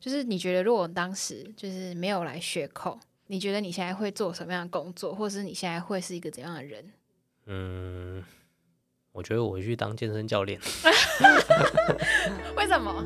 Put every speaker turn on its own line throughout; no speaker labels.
就是你觉得如果当时就是没有来学扣，你觉得你现在会做什么样的工作，或是你现在会是一个怎样的人？
嗯，我觉得我会去当健身教 练。
为什么？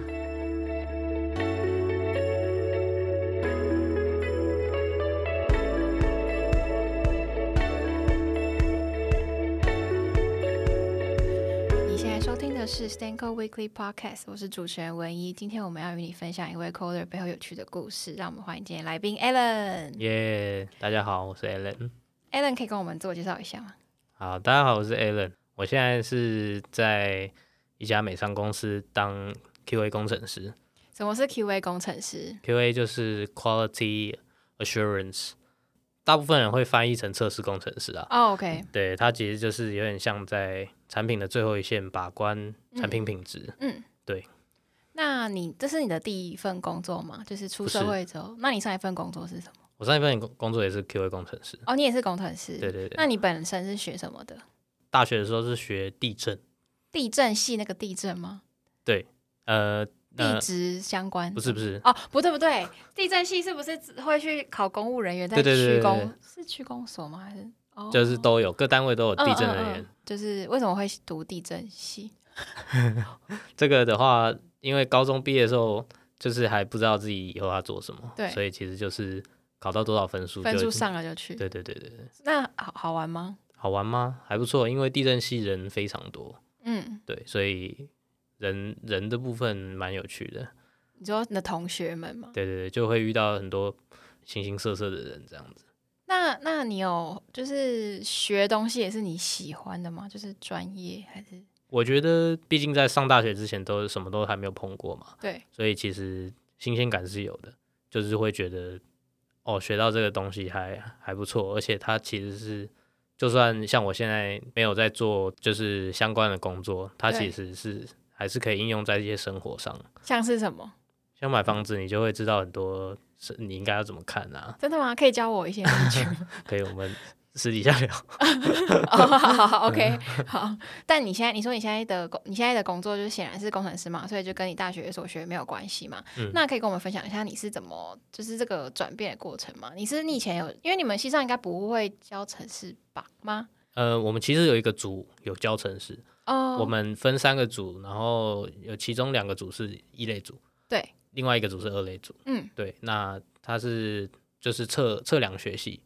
你现在收听的是 Stanco Weekly Podcast，我是主持人文一。今天我们要与你分享一位 coder 背后有趣的故事，让我们欢迎今天来宾 Alan。
耶、大家好，我是 Alan。
Alan 可以跟我们自我介绍一下吗？
好，大家好，我是 Alan。我现在是在一家美商公司当 QA 工程师
什么是 QA 工程师？
，QA 就是 Quality Assurance，大部分人会翻译成测试工程师啊。
哦、o k
对，它其实就是有点像在产品的最后一线把关产品品质。
嗯，
对。
那你这是你的第一份工作吗？就是出
不是
社会之后，那你上一份工作是什么？
我上一份工工作也是 QA 工程师。
哦，你也是工程师。
对对对，
那你本身是学什么的？
大学的时候是学地震，
地震系那个地震吗？
呃，
地
呃
质相关？
不是不是，
哦，不对不对，地震系是不是只会去考公务人员在
对对对
区公
对对
是区公所吗？还是哦，
就是都有，各单位都有地震
嗯嗯
人
嗯
员。
就是为什么会读地震系？
这个的话，因为高中毕业的时候，就是还不知道自己以后要做什么，
对
所以其实就是考到多少分数就，
分数上了就去。
对对对对对，
那好好玩吗？
好玩吗？还不错，因为地震系人非常多，
嗯，
对，所以人人的部分蛮有趣的，
你说你的同学们吗？
对对对，就会遇到很多形形色色的人这样子。
那那你有就是学东西也是你喜欢的吗？就是专业还是
我觉得，毕竟在上大学之前都什么都还没有碰过嘛，
对？
所以其实新鲜感是有的，就是会觉得哦，学到这个东西还还不错，而且它其实是就算像我现在没有在做就是相关的工作，它
对
其实是还是可以应用在一些生活上，
像是什么？
像买房子，你就会知道很多是你应该要怎么看啊，
真的吗？可以教我一些秘诀吗？
可以我们私底下聊。
哦，好好好，OK，好。但你现在你说你现在的工你现在的工作就是显然是工程师嘛，所以就跟你大学所学没有关系嘛。
嗯
那可以跟我们分享一下你是怎么就是这个转变的过程吗？你是你以前有因为你们系上应该不会教程式吧吗？
呃，我们其实有一个组有教程式，
哦，
我们分三个组，然后有其中两个组是一类组，
对，
另外一个组是二类组。
嗯
对，那它是就是测测量学系，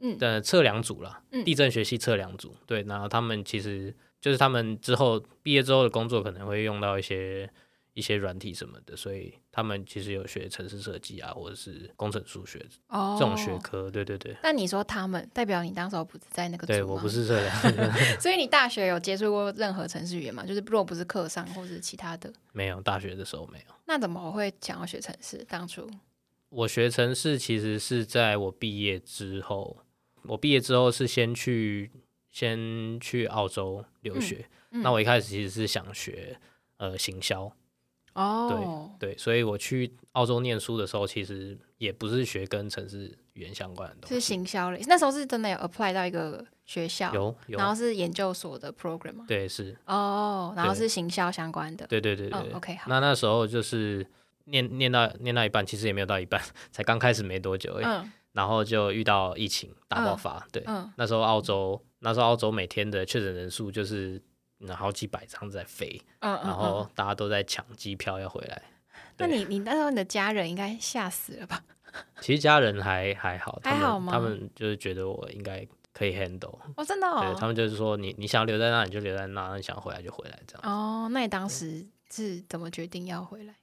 嗯
呃，测量组啦，
嗯
地震学系测量组。对，然后他们其实就是他们之后毕业之后的工作可能会用到一些一些软体什么的，所以他们其实有学城市设计啊，或者是工程数学
哦
这种学。科。对对对，
那你说他们代表你当时候不是在那个
对
组
我
吗
不是 测量，
所以你大学有接触过任何程式语言吗？就是如果不是课上或是其他的，
没有大学的时候没有。
那怎么会想要学程式？当初
我学城市其实是在我毕业之后，我毕业之后是先去先去澳洲留学。
嗯嗯
那我一开始其实是想学呃行销，
哦，
对，所以我去澳洲念书的时候，其实也不是学跟城市语言相关的东
是
西，
行销类。那时候是真的有 apply 到一个学校，
有
然后
有
是研究所的 program 吗？
对是，
哦，然后
对
是行销相关的。
对对对对。
嗯，OK，好，
那那时候就是念念到念到一半，其实也没有到一半， 才刚开始没多久而已，
嗯
然后就遇到疫情大爆
嗯
发，对，
嗯，
那时候澳洲，那时候澳洲每天的确诊人数就是嗯好几百张在飞，
嗯
然
嗯嗯。
后大家都在抢机票要回来。
那
对
你你那时候你的家人应该吓死了 吧？
其实家人还还好，他
还
们
好吗
他们就是觉得我应该可以 handle，、
哦，真的
对他
哦。
们就是说你你想要留在那你就留在那，你想回来就回来这样。
哦，那你当时是怎么决定要回来？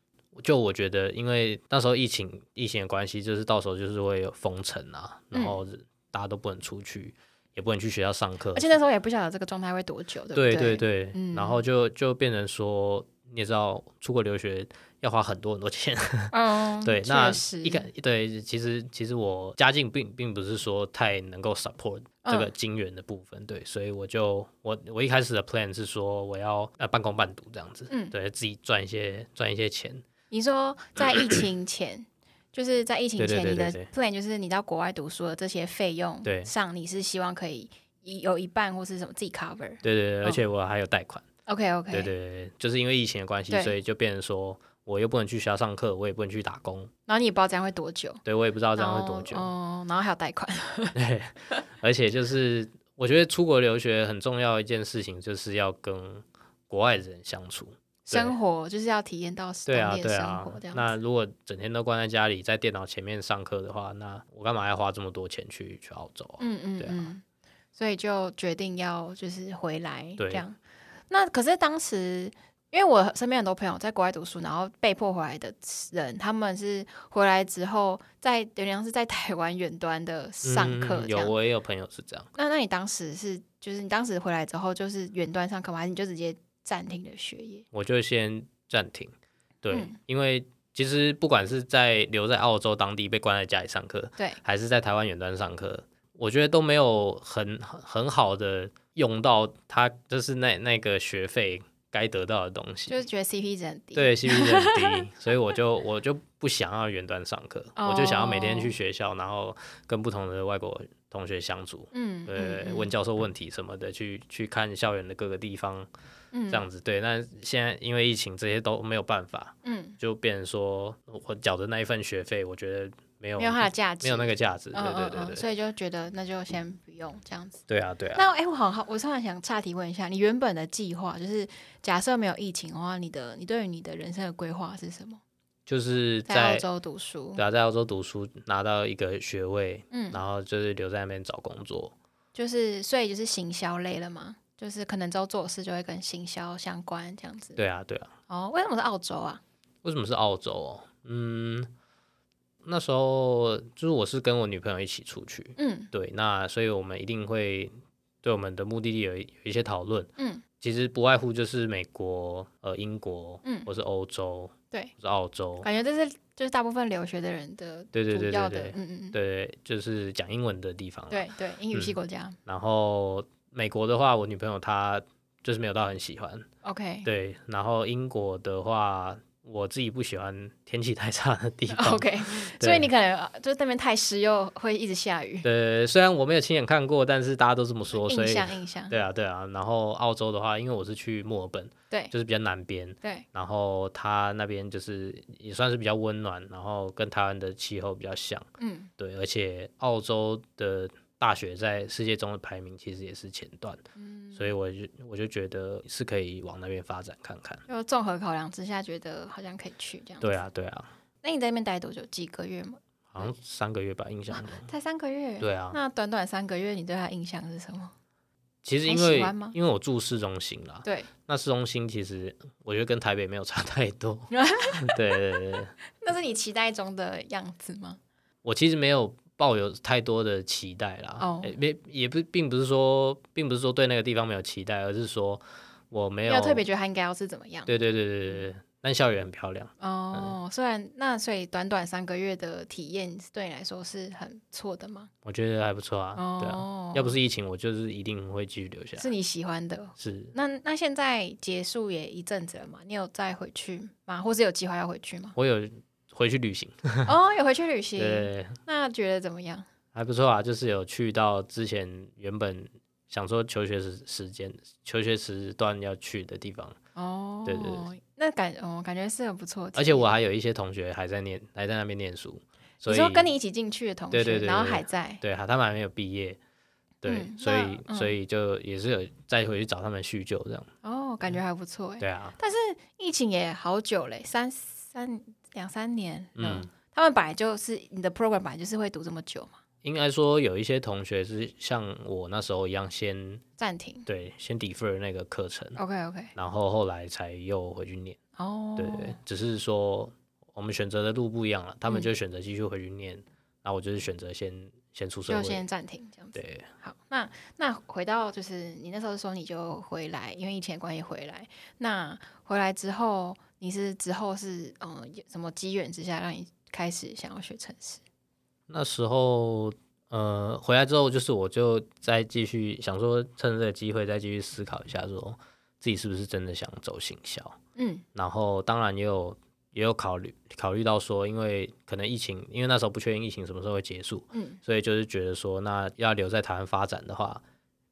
就我觉得，因为那时候疫情疫情的关系，就是到时候就是会有封城啊，
嗯
然后大家都不能出去，也不能去学校上课，
而且那时候也不晓得这个状态会多久，对不
对
对
对，
嗯
然后就就变成说，你也知道，出国留学要花很多很多钱。
嗯，
对，那
确实
一开对，其实其实我家境并并不是说太能够 support 这个
嗯
金元的部分，对，所以我就我我一开始的 plan 是说我要呃半工半读这样子，
嗯
对自己赚一些赚一些钱，
你说在疫情 前，就是在疫情
对对
前，
对
你的
对
plan 就是你到国外读书的这些费用
对
上，你是希望可以一有一半或是什么自己 cover。
对对对，
嗯
而且我还有贷款，
OK OK，
对对对，就是因为疫情的关系，
对
所以就变成说。我又不能去学校上课，我也不能去打工，
然后你也不知道这样会多久，
对我也不知道这
然
样
后
会多久。
哦，然后还有贷款，
对，而且就是我觉得出国留学很重要一件事情，就是要跟国外的人相处。
生活就是要体验到当
对啊，
地的
对
生
啊
活这。样
那
子。
如果整天都关在家里，在电脑前面上课的话，那我干嘛要花这么多钱去去澳洲啊？
嗯嗯
对啊
嗯，所以就决定要就是回来
对
这样。那可是当时。因为我身边很多朋友在国外读书，然后被迫回来的人，他们是回来之后在有点像是在台湾远端的上课
嗯
这
有
样。
我也有朋友是这样。
那那你当时是就是你当时回来之后就是远端上课吗？还是你就直接暂停了学业？
我就先暂停。对，
嗯
因为其实不管是在留在澳洲当地被关在家里上课，
对，
还是在台湾远端上课，我觉得都没有很很好的用到它，就是那那个学费该得到的东西。
就是觉得 CP 值很低。
对，CP 值很低，所以我就我就不想要远端上课，我就想要每天
哦
去学校，然后跟不同的外国同学相处，
嗯，嗯，
对，
嗯
问教授问题什么的，去去看校园的各个地方，
嗯
这样子对。那现在因为疫情，这些都没有办法，
嗯，
就变成说我缴的那一份学费，我觉得没有
没有它的价值，
没有那
个，
个价值。对
嗯
对
嗯
对
嗯，
对，
所以就觉得那就先不用这样子。
对啊对啊。
那哎、我好好，我突然想岔题问一下，你原本的计划就是假设没有疫情的话，你的你对于你的人生的规划是什么？
就是
在
在
澳洲读书，
对啊，在澳洲读书拿到一个学位，
嗯，
然后就是留在那边找工作。
就是所以就是行销类了嘛，就是可能之后做的事就会跟行销相关这样子。
对啊对啊。
哦，为什么是澳洲啊？
为什么是澳洲哦？嗯，那时候就是我是跟我女朋友一起出去，
嗯
对，那所以我们一定会对我们的目的地有一有一些讨论。
嗯
其实不外乎就是美国、呃英国，
嗯
或是欧洲，
对，
或是澳洲，
感觉这是就是大部分留学的人的
对对
主
对
要
对
的，
对嗯
嗯嗯嗯，
对，就是讲英文的地方。。
对对，英语系国家、
然后美国的话，我女朋友她就是没有到很喜欢，
o k
对。然后英国的话，我自己不喜欢天气太差的地方。
OK，所 以你可能呃就是那边太湿，又会一直下雨，
对，虽然我没有亲眼看过，但是大家都这么说，所
印
以
象印象，
对啊对啊。然后澳洲的话，因为我是去墨尔本，
对
就是比较南边，
对，
然后它那边就是也算是比较温暖，然后跟台湾的气候比较像，
嗯
对，而且澳洲的大学在世界中的排名其实也是前段，
嗯，
所以我就我就觉得是可以往那边发展看看。
就综合考量之下，觉得好像可以去这样。
对，啊，对啊，
那你在那边待多久？几个月吗？
好像三个月吧，印象中。
才三个月。、
对啊，
那短短三个月，你对他印象是什么？
其实因
还
为
喜欢吗
因为我住市中心啦，
对，
那市中心其实我觉得跟台北没有差 太 多。对对对对，
那是你期待中的样子吗？
我其实没有抱有太多的期待啦，
哦
诶没、也不并不是说，并不是说对那个地方没有期待，而是说我没
没
有
有特别觉得他应该要是怎么样？
对嗯对对对对对，但校园很漂亮，
哦，虽然那所以短短三个月的体验对你来说是很不错的吗？
我觉得还不错啊，对啊，
哦，
要不是疫情，我就是一定会继续留下来，
是你喜欢的。
是
那那现在结束也一阵子了嘛，你有再回去吗？或是有计划要回去
？
吗
我有回去旅行，
哦，有回去旅行，
对，
那觉得怎么样？
还不错啊，就是有去到之前原本想说求学时时间、求学时段要去的地方，
哦，
对对对
那感哦感觉是很不错的体验，
而且我还有一些同学还在念，还在那边念书，所
你
以
说跟你一起进去的同学，
对对对
然后
对
还在，
对，他他们还没有毕业，对，
嗯
所以、
那嗯
所以就也是有再回去找他们叙旧这样，
哦，感觉还不错哎。
对啊，
但是疫情也好久嘞，三三两三年，嗯
嗯，，
他们本来就是你的 program 本来就是会读这么久嘛，
应该说有一些同学是像我那时候一样先
暂停。
对先 defer 那个课程，
OK OK，
然后后来才又回去念，
哦，
对对，只是说我们选择的路不一样了，他们
嗯
就选择继续回去念，那、我就是选择先先出社
就
会，
先暂停这样子。
对，
好，那那回到就是你那时候说你就回来，因为疫情的关系回来。那回来之后，你是之后是嗯、有什么机缘之下让你开始想要学城市？
那时候。呃，回来之后就是我就再继续想说，趁这个机会再继续思考一下，说自己是不是真的想走行销。
嗯
然后当然也有也有考虑考虑到说，因为可能疫情，因为那时候不确定疫情什么时候会结束，
嗯
所以就是觉得说，那要留在台湾发展的话，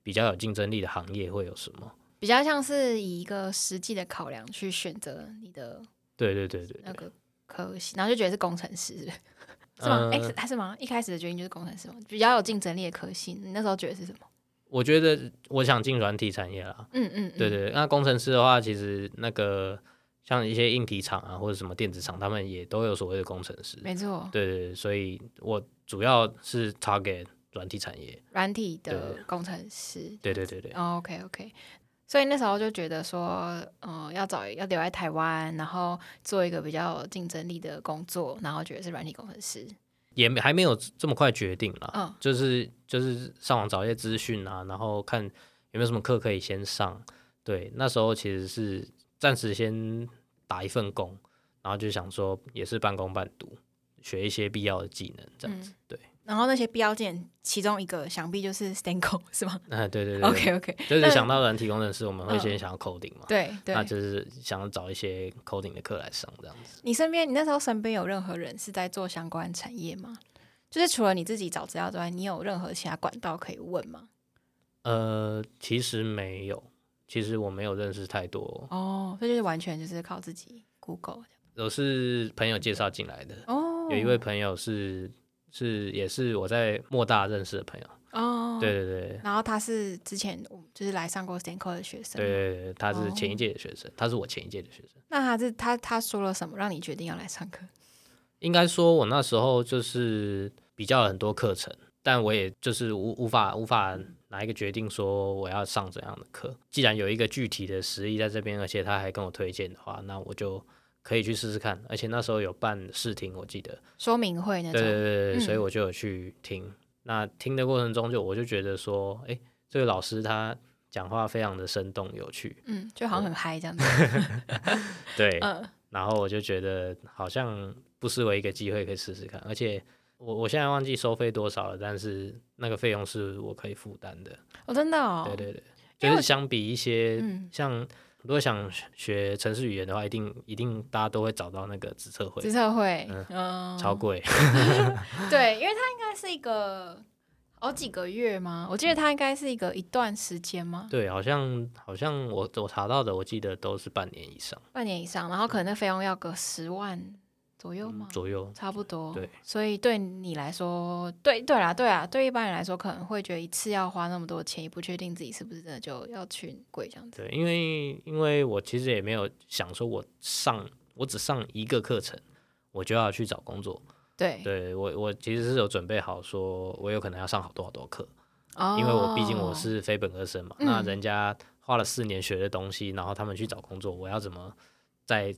比较有竞争力的行业会有什么？
比较像是以一个实际的考量去选择你的
对对对对，
那个科系，然后就觉得是工程师， 是
呃
吗？哎、还是吗？一开始的决定就是工程师吗？比较有竞争力的科系，你那时候觉得是什么？
我觉得我想进软体产业啦。
嗯嗯，嗯
对，对，那工程师的话，其实那个像一些硬体厂啊，或者什么电子厂，他们也都有所谓的工程师。
没错，
对对，对所以我主要是 target 软体产业。
软体的
对
工程师。
对对对对，
哦，OK OK，所以那时候就觉得说，嗯，要找要留在台湾，然后做一个比较有竞争力的工作，然后觉得是软体工程师。
也还没有这么快决定啦。
嗯
就是就是上网找一些资讯啊，然后看有没有什么课可以先上。对，那时候其实是暂时先打一份工，然后就想说也是半工半读，学一些必要的技能这样
嗯
子。对，
然后那些标件，其中一个想必就是 Stanco 是吗
啊，对对对
？OK OK，
就是
那
想到人体工程师，我们会
嗯
先想要 coding 嘛，
对对
那，就是想要找一些 coding 的课来上这样子。
你身边，你那时候身边有任何人是在做相关产业吗？就是除了你自己找资料之外，你有任何其他管道可以问吗？
呃，其实没有，其实我没有认识太多，
哦，这就是完全就是靠自己 Google
我是朋友介绍进来的。
哦，
有一位朋友是是也是我在莫大认识的朋友，
哦，
对对对
然后他是之前就是来上过 Stanco 的学生，
对，对对，他是前一届的学生，他是我前一届的学生。
那他是他他说了什么让你决定要来上课？
应该说，我那时候就是比较了很多课程，但我也就是无无法无法拿一个决定说我要上怎样的课。既然有一个具体的实例在这边，而且他还跟我推荐的话，那我就可以去试试看。而且那时候有办试听，我记得
说明会那
对对
种，
对对，所以
嗯
我就有去听。那听的过程中就，我就觉得说，哎、这个老师他讲话非常的生动有趣，
嗯，就好像很嗨 这样子，
对。
嗯，
然后我就觉得好像不失为一个机会，可以试试看。而且我我现在忘记收费多少了，但是那个费用是我可以负担的。
哦，真的哦，
对对对，
因为
就
我
是相比一些、
嗯
像如果想学城市语言的话，一定一定大家都会找到那个自测会，
自测会，
嗯
嗯，
超贵。
对，因为它应该是一个好几个月吗？我记得它应该是一个一段时间吗？
对，好像好像我我查到的，我记得都是半年以上。
半年以上，然后可能那费用要个十万左右吗？
嗯左右，
差不多，
对，
所以对你来说，对对啦，对啊，对一般人来说，可能会觉得一次要花那么多钱，也不确定自己是不是真的就要去贵这样子。
对，因为因为我其实也没有想说我上我只上一个课程，我就要去找工作。
对，
对我我其实是有准备好，说我有可能要上好多好多课，
哦
因为我毕竟我是非本科生嘛，
嗯
那人家花了四年学的东西，然后他们去找工作，我要怎么在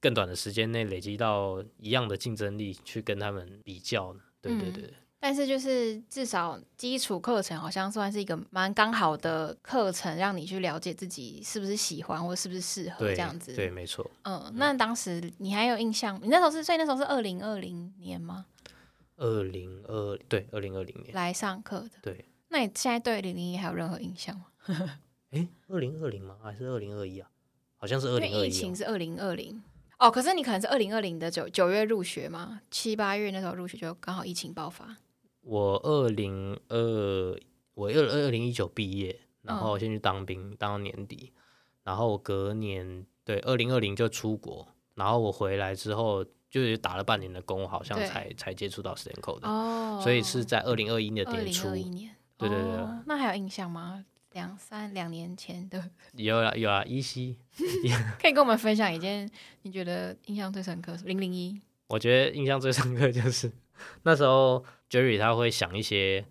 更短的时间内累积到一样的竞争力去跟他们比较呢？对对
嗯
对，
但是就是至少基础课程好像算是一个蛮刚好的课程，让你去了解自己是不是喜欢或是不是适合
对
这样子。
对，没错。
嗯，那当时你还有印象？你那时候是，所以那时候是二零二零年吗？
二零二对二零二零年，
来上课的。
对，
那你现在对零零一还有任何印象吗？
诶，二零二零吗？还是二零二一啊？好像是二
因为
零二
疫
一哦
情。是二零二零哦，可是你可能是二零二零的九九月入学嘛，七八月那时候入学就刚好疫情爆发。
我二零二，我二二零一九毕业，
嗯
然后先去当兵，当到年底，然后我隔年对二零二零就出国，然后我回来之后就是打了半年的工，我好像
对
才才接触到 s t a n c o 的，
哦
所以是在二零二一的
二
年
零
初
二，一年。
对对对
哦那还有印象吗？两三两年前的，
有啊有啊，依稀，
可以跟我们分享一件你觉得印象最深刻零零一
我觉得印象最深刻就是 那时候 Jerry 他会想一些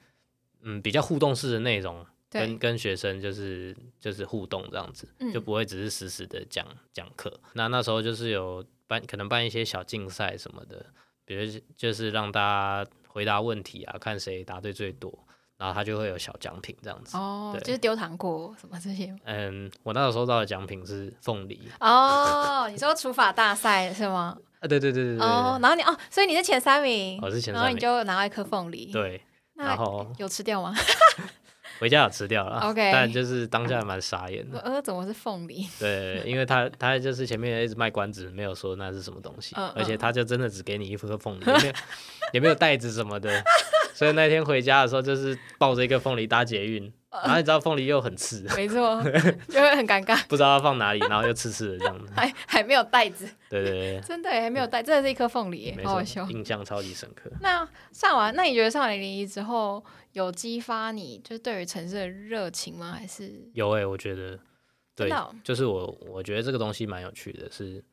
嗯比较互动式的内容，跟
对
跟学生就是就是互动这样子，
嗯
就不会只是死死的讲讲课。那那时候就是有办可能办一些小竞赛什么的，比如就是让大家回答问题啊，看谁答对最多，然后他就会有小奖品这样子。
哦，
对
就是丢糖果什么这些吗
嗯，我那时候收到的奖品是凤梨
哦，你说除法大赛是吗？
啊，对对对对对，
哦，然后你哦，所以你是前三名，
我是前
然后
三
你
名，
就拿到一颗凤梨，，
对，然后
有吃掉吗？
回家有吃掉了
OK
但就是当下蛮傻眼的，
呃，怎么是凤梨？
对，因为他他就是前面一直卖关子，没有说那是什么东西，
嗯
而且
嗯
他就真的只给你一颗 凤梨，也没有 也没有袋子什么的。所以那天回家的时候，就是抱着一个凤梨搭捷运，
嗯
然后你知道凤梨又很刺，
没错，就会很尴尬，
不知道要放哪里，然后又刺刺的这样子。
还还没有袋子，
对 对对，
真的耶还没有袋，真的是一颗凤梨耶，
嗯没
好好
错
笑，。
印象超级深刻。
那上完，那你觉得上完零零一之后有激发你就是对于城市的热情吗？还是
有诶、欸我觉得
真
对
的哦，
就是我我觉得这个东西蛮有趣的，是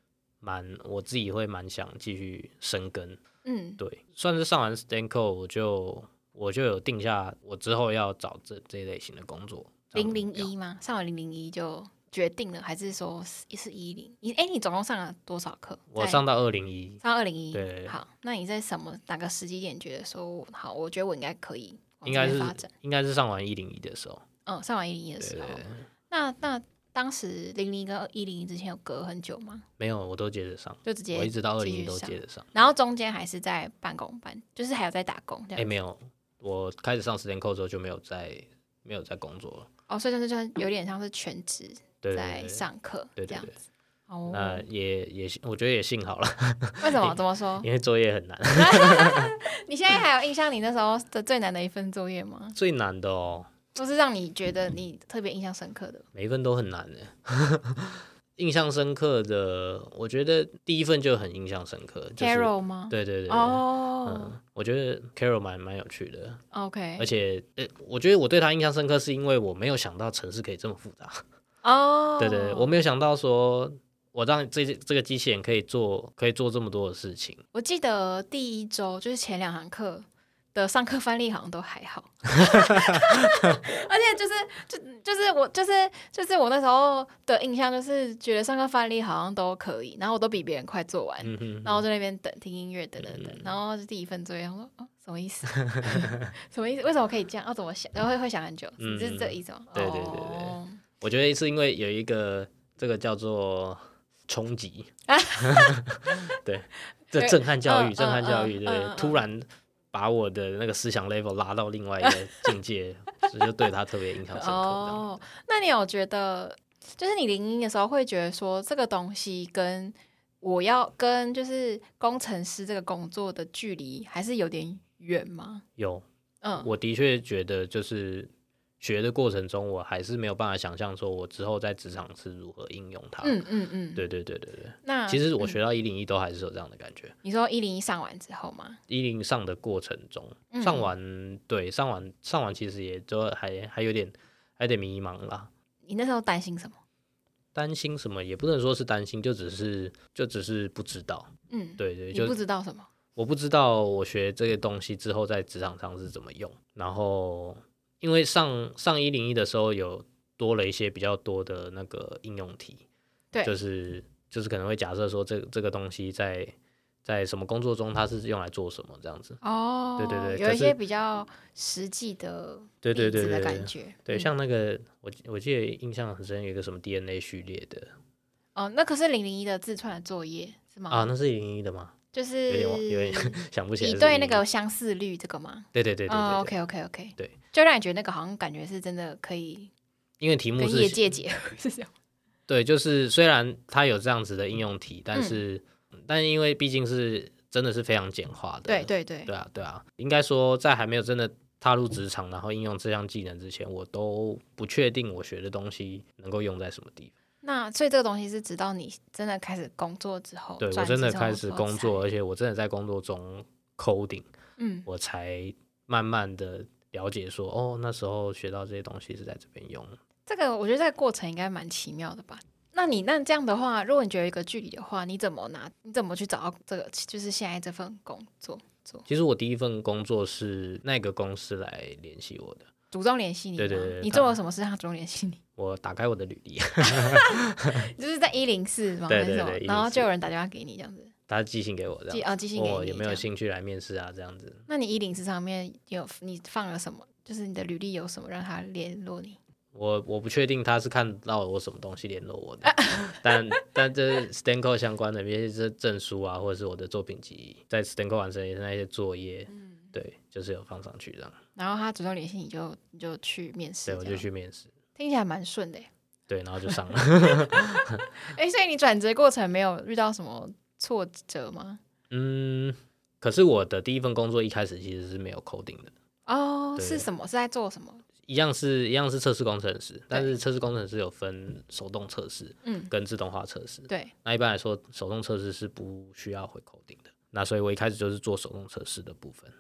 蛮我自己会蛮想继续深耕。
嗯
对，算是上完 Stanco，我就我就有定下我之后要找这这一类型的工作。这样
零
的
零
目标
一吗？上完零零一就决定了，还是说一是一零？你哎，你总共上了多少课？
我
在
上到二零一，
上二零一，
对
好，那你在什么哪个时机点觉得说好？我觉得我应该可以往
应
这
该
边
是
发展。
应该是上完一零一的时候，
嗯，上完一零一的
对
时
对
候，
对，
那那当时零零跟一零一之前有隔很久吗？
没有我都接着上，
就直接
我一直到二
继
零
续
一都
上
接着上。
然后中间还是在半工半，就是还有在打工这
哎、
样。
没有，我开始上时间扣之后就没有再没有再工作了。
哦，所以就是就是有点像是全职
对对对
在
对
上课
对
这
对
样
对
子。哦，哦
那也也我觉得也幸好了，
为什么怎么说？
因为作业很难，
你现在还有印象你那时候的最难的一份作业吗？
最难的哦，
不是让你觉得你特别印象深刻的
每一份都很难的。 印象深刻的，我觉得第一份就很印象深刻，就是
？Carol 吗？
对对对，
哦
嗯，我觉得 Carol 蛮蛮有趣的，
，OK，
而且呃，我觉得我对他印象深刻是因为我没有想到城市可以这么复杂，
哦，
对对，对我没有想到说我让这这个机器人可以做可以做这么多的事情，
我记得第一周就是前两堂课的上课翻例好像都还 好，而且就是就就是我就是就是我那时候的印象就是觉得上课翻例好像都可以，然后我都比别人快做完，
嗯哼，
然后在那边等听音乐等等等，然后就第一份作业，我说哦什么意思？ 什么意思？为什么可以这样？哦要、怎么想？然后会会想很久，
嗯
只是这个意思吗？
对对对对
哦
我觉得是因为有一个这个叫做冲 击，对，这震撼教育，
嗯
震撼教育，
嗯嗯嗯嗯
对，突然把我的那个思想 level 拉到另外一个境界，所以就对他特别印象深刻。这样
哦，那你有觉得，就是你零一的时候会觉得说，这个东西跟我要跟就是工程师这个工作的距离还是有点远吗？
有，
嗯，
我的确觉得就是学的过程中，我还是没有办法想象说我之后在职场是如何应用它。
嗯嗯嗯，
对对对对对，
那
其实我
嗯
学到一零一都还是有这样的感觉。
你说一零一上完之后吗？
一零上的过程中，
嗯
上完对上完上完其实也就还还有点还有点迷茫啦，
你那时候担心什么？
担心什么也不能说是担心，就只是就只是不知道，
嗯，
对对，
你不
就
知道什么？
我不知道我学这个东西之后在职场上是怎么用，然后因为上上一零一的时候有多了一些比较多的那个应用题，
对
就是就是可能会假设说这这个东西在在什么工作中它是用来做什么这样子，
哦，
对对对
有
可
一
是
些比较实际的
对对
例
对
子
对
的
对
感觉，
对，
嗯
像那个我记我记得印象很深，有一个什么 DNA 序列的
哦，那可是零零一的自创的作业是吗？
啊，那是零一的吗？
就是
有点忘有点 想不起来。
嗯你对那个，相似率这个吗？
对对对对对
哦
对
，OK OK OK，
对，
就让你觉得那个好像感觉是真的可以
因为题目
跟业
是，
界 结合，是这样。
对，就是虽然它有这样子的应用题，
嗯
但是、但因为毕竟是真的是非常简化的，
对对对，
对啊对啊，应该说在还没有真的踏入职场，然后应用这项技能之前，我都不确定我学的东西能够用在什么地方。
那所以这个东西是直到你真的开始工作之后，
对我
转
真的
职之后
开始工作，
才，
而且我真的在工作中 coding。
嗯，
我才慢慢的了解说，哦，那时候学到这些东西是在这边用。
这个我觉得这个过程应该蛮奇妙的吧。那你那这样的话，如果你觉得有一个距离的话，你怎么拿？你怎么去找到这个？就是现在这份工作
其实我第一份工作是那个公司来联系我的，
主动联系你吗？
对对对对
你做了什么事让他主动联系你？
我打开我的履历，
你就是在一零四吗？
对
还是
对
什么
对104
然后就有人打电话给你这样子，
他寄信给我这
寄
样
啊寄
子，
信给
问
你
我哦有没
这
有
样
兴趣来面试啊？这样子，
那你一零四上面有你放了什么？就是你的履历有什么让他联络你？
我我不确定他是看到我什么东西联络 我的，但但这 Stanco 相关的那些这证书啊，或者是我的作品集，在 Stanco 完成的那些作业，
嗯
对，就是有放上去这样，
然后他主动联系你就你就去面试，
对我就，去面试，
听起来蛮顺的耶。
对，然后就上了。
哎，所以你转职过程没有遇到什么挫折吗？
嗯，可是我的第一份工作一开始其实是没有 coding 的，
哦，
对
是什么？是在做什么？
一样是一样是测试工程师，但是测试工程师有分手动测试
嗯，
跟自动化测试。
对，
那一般来说，手动测试是不需要回扣定的。那所以我一开始就是做手动测试的部分。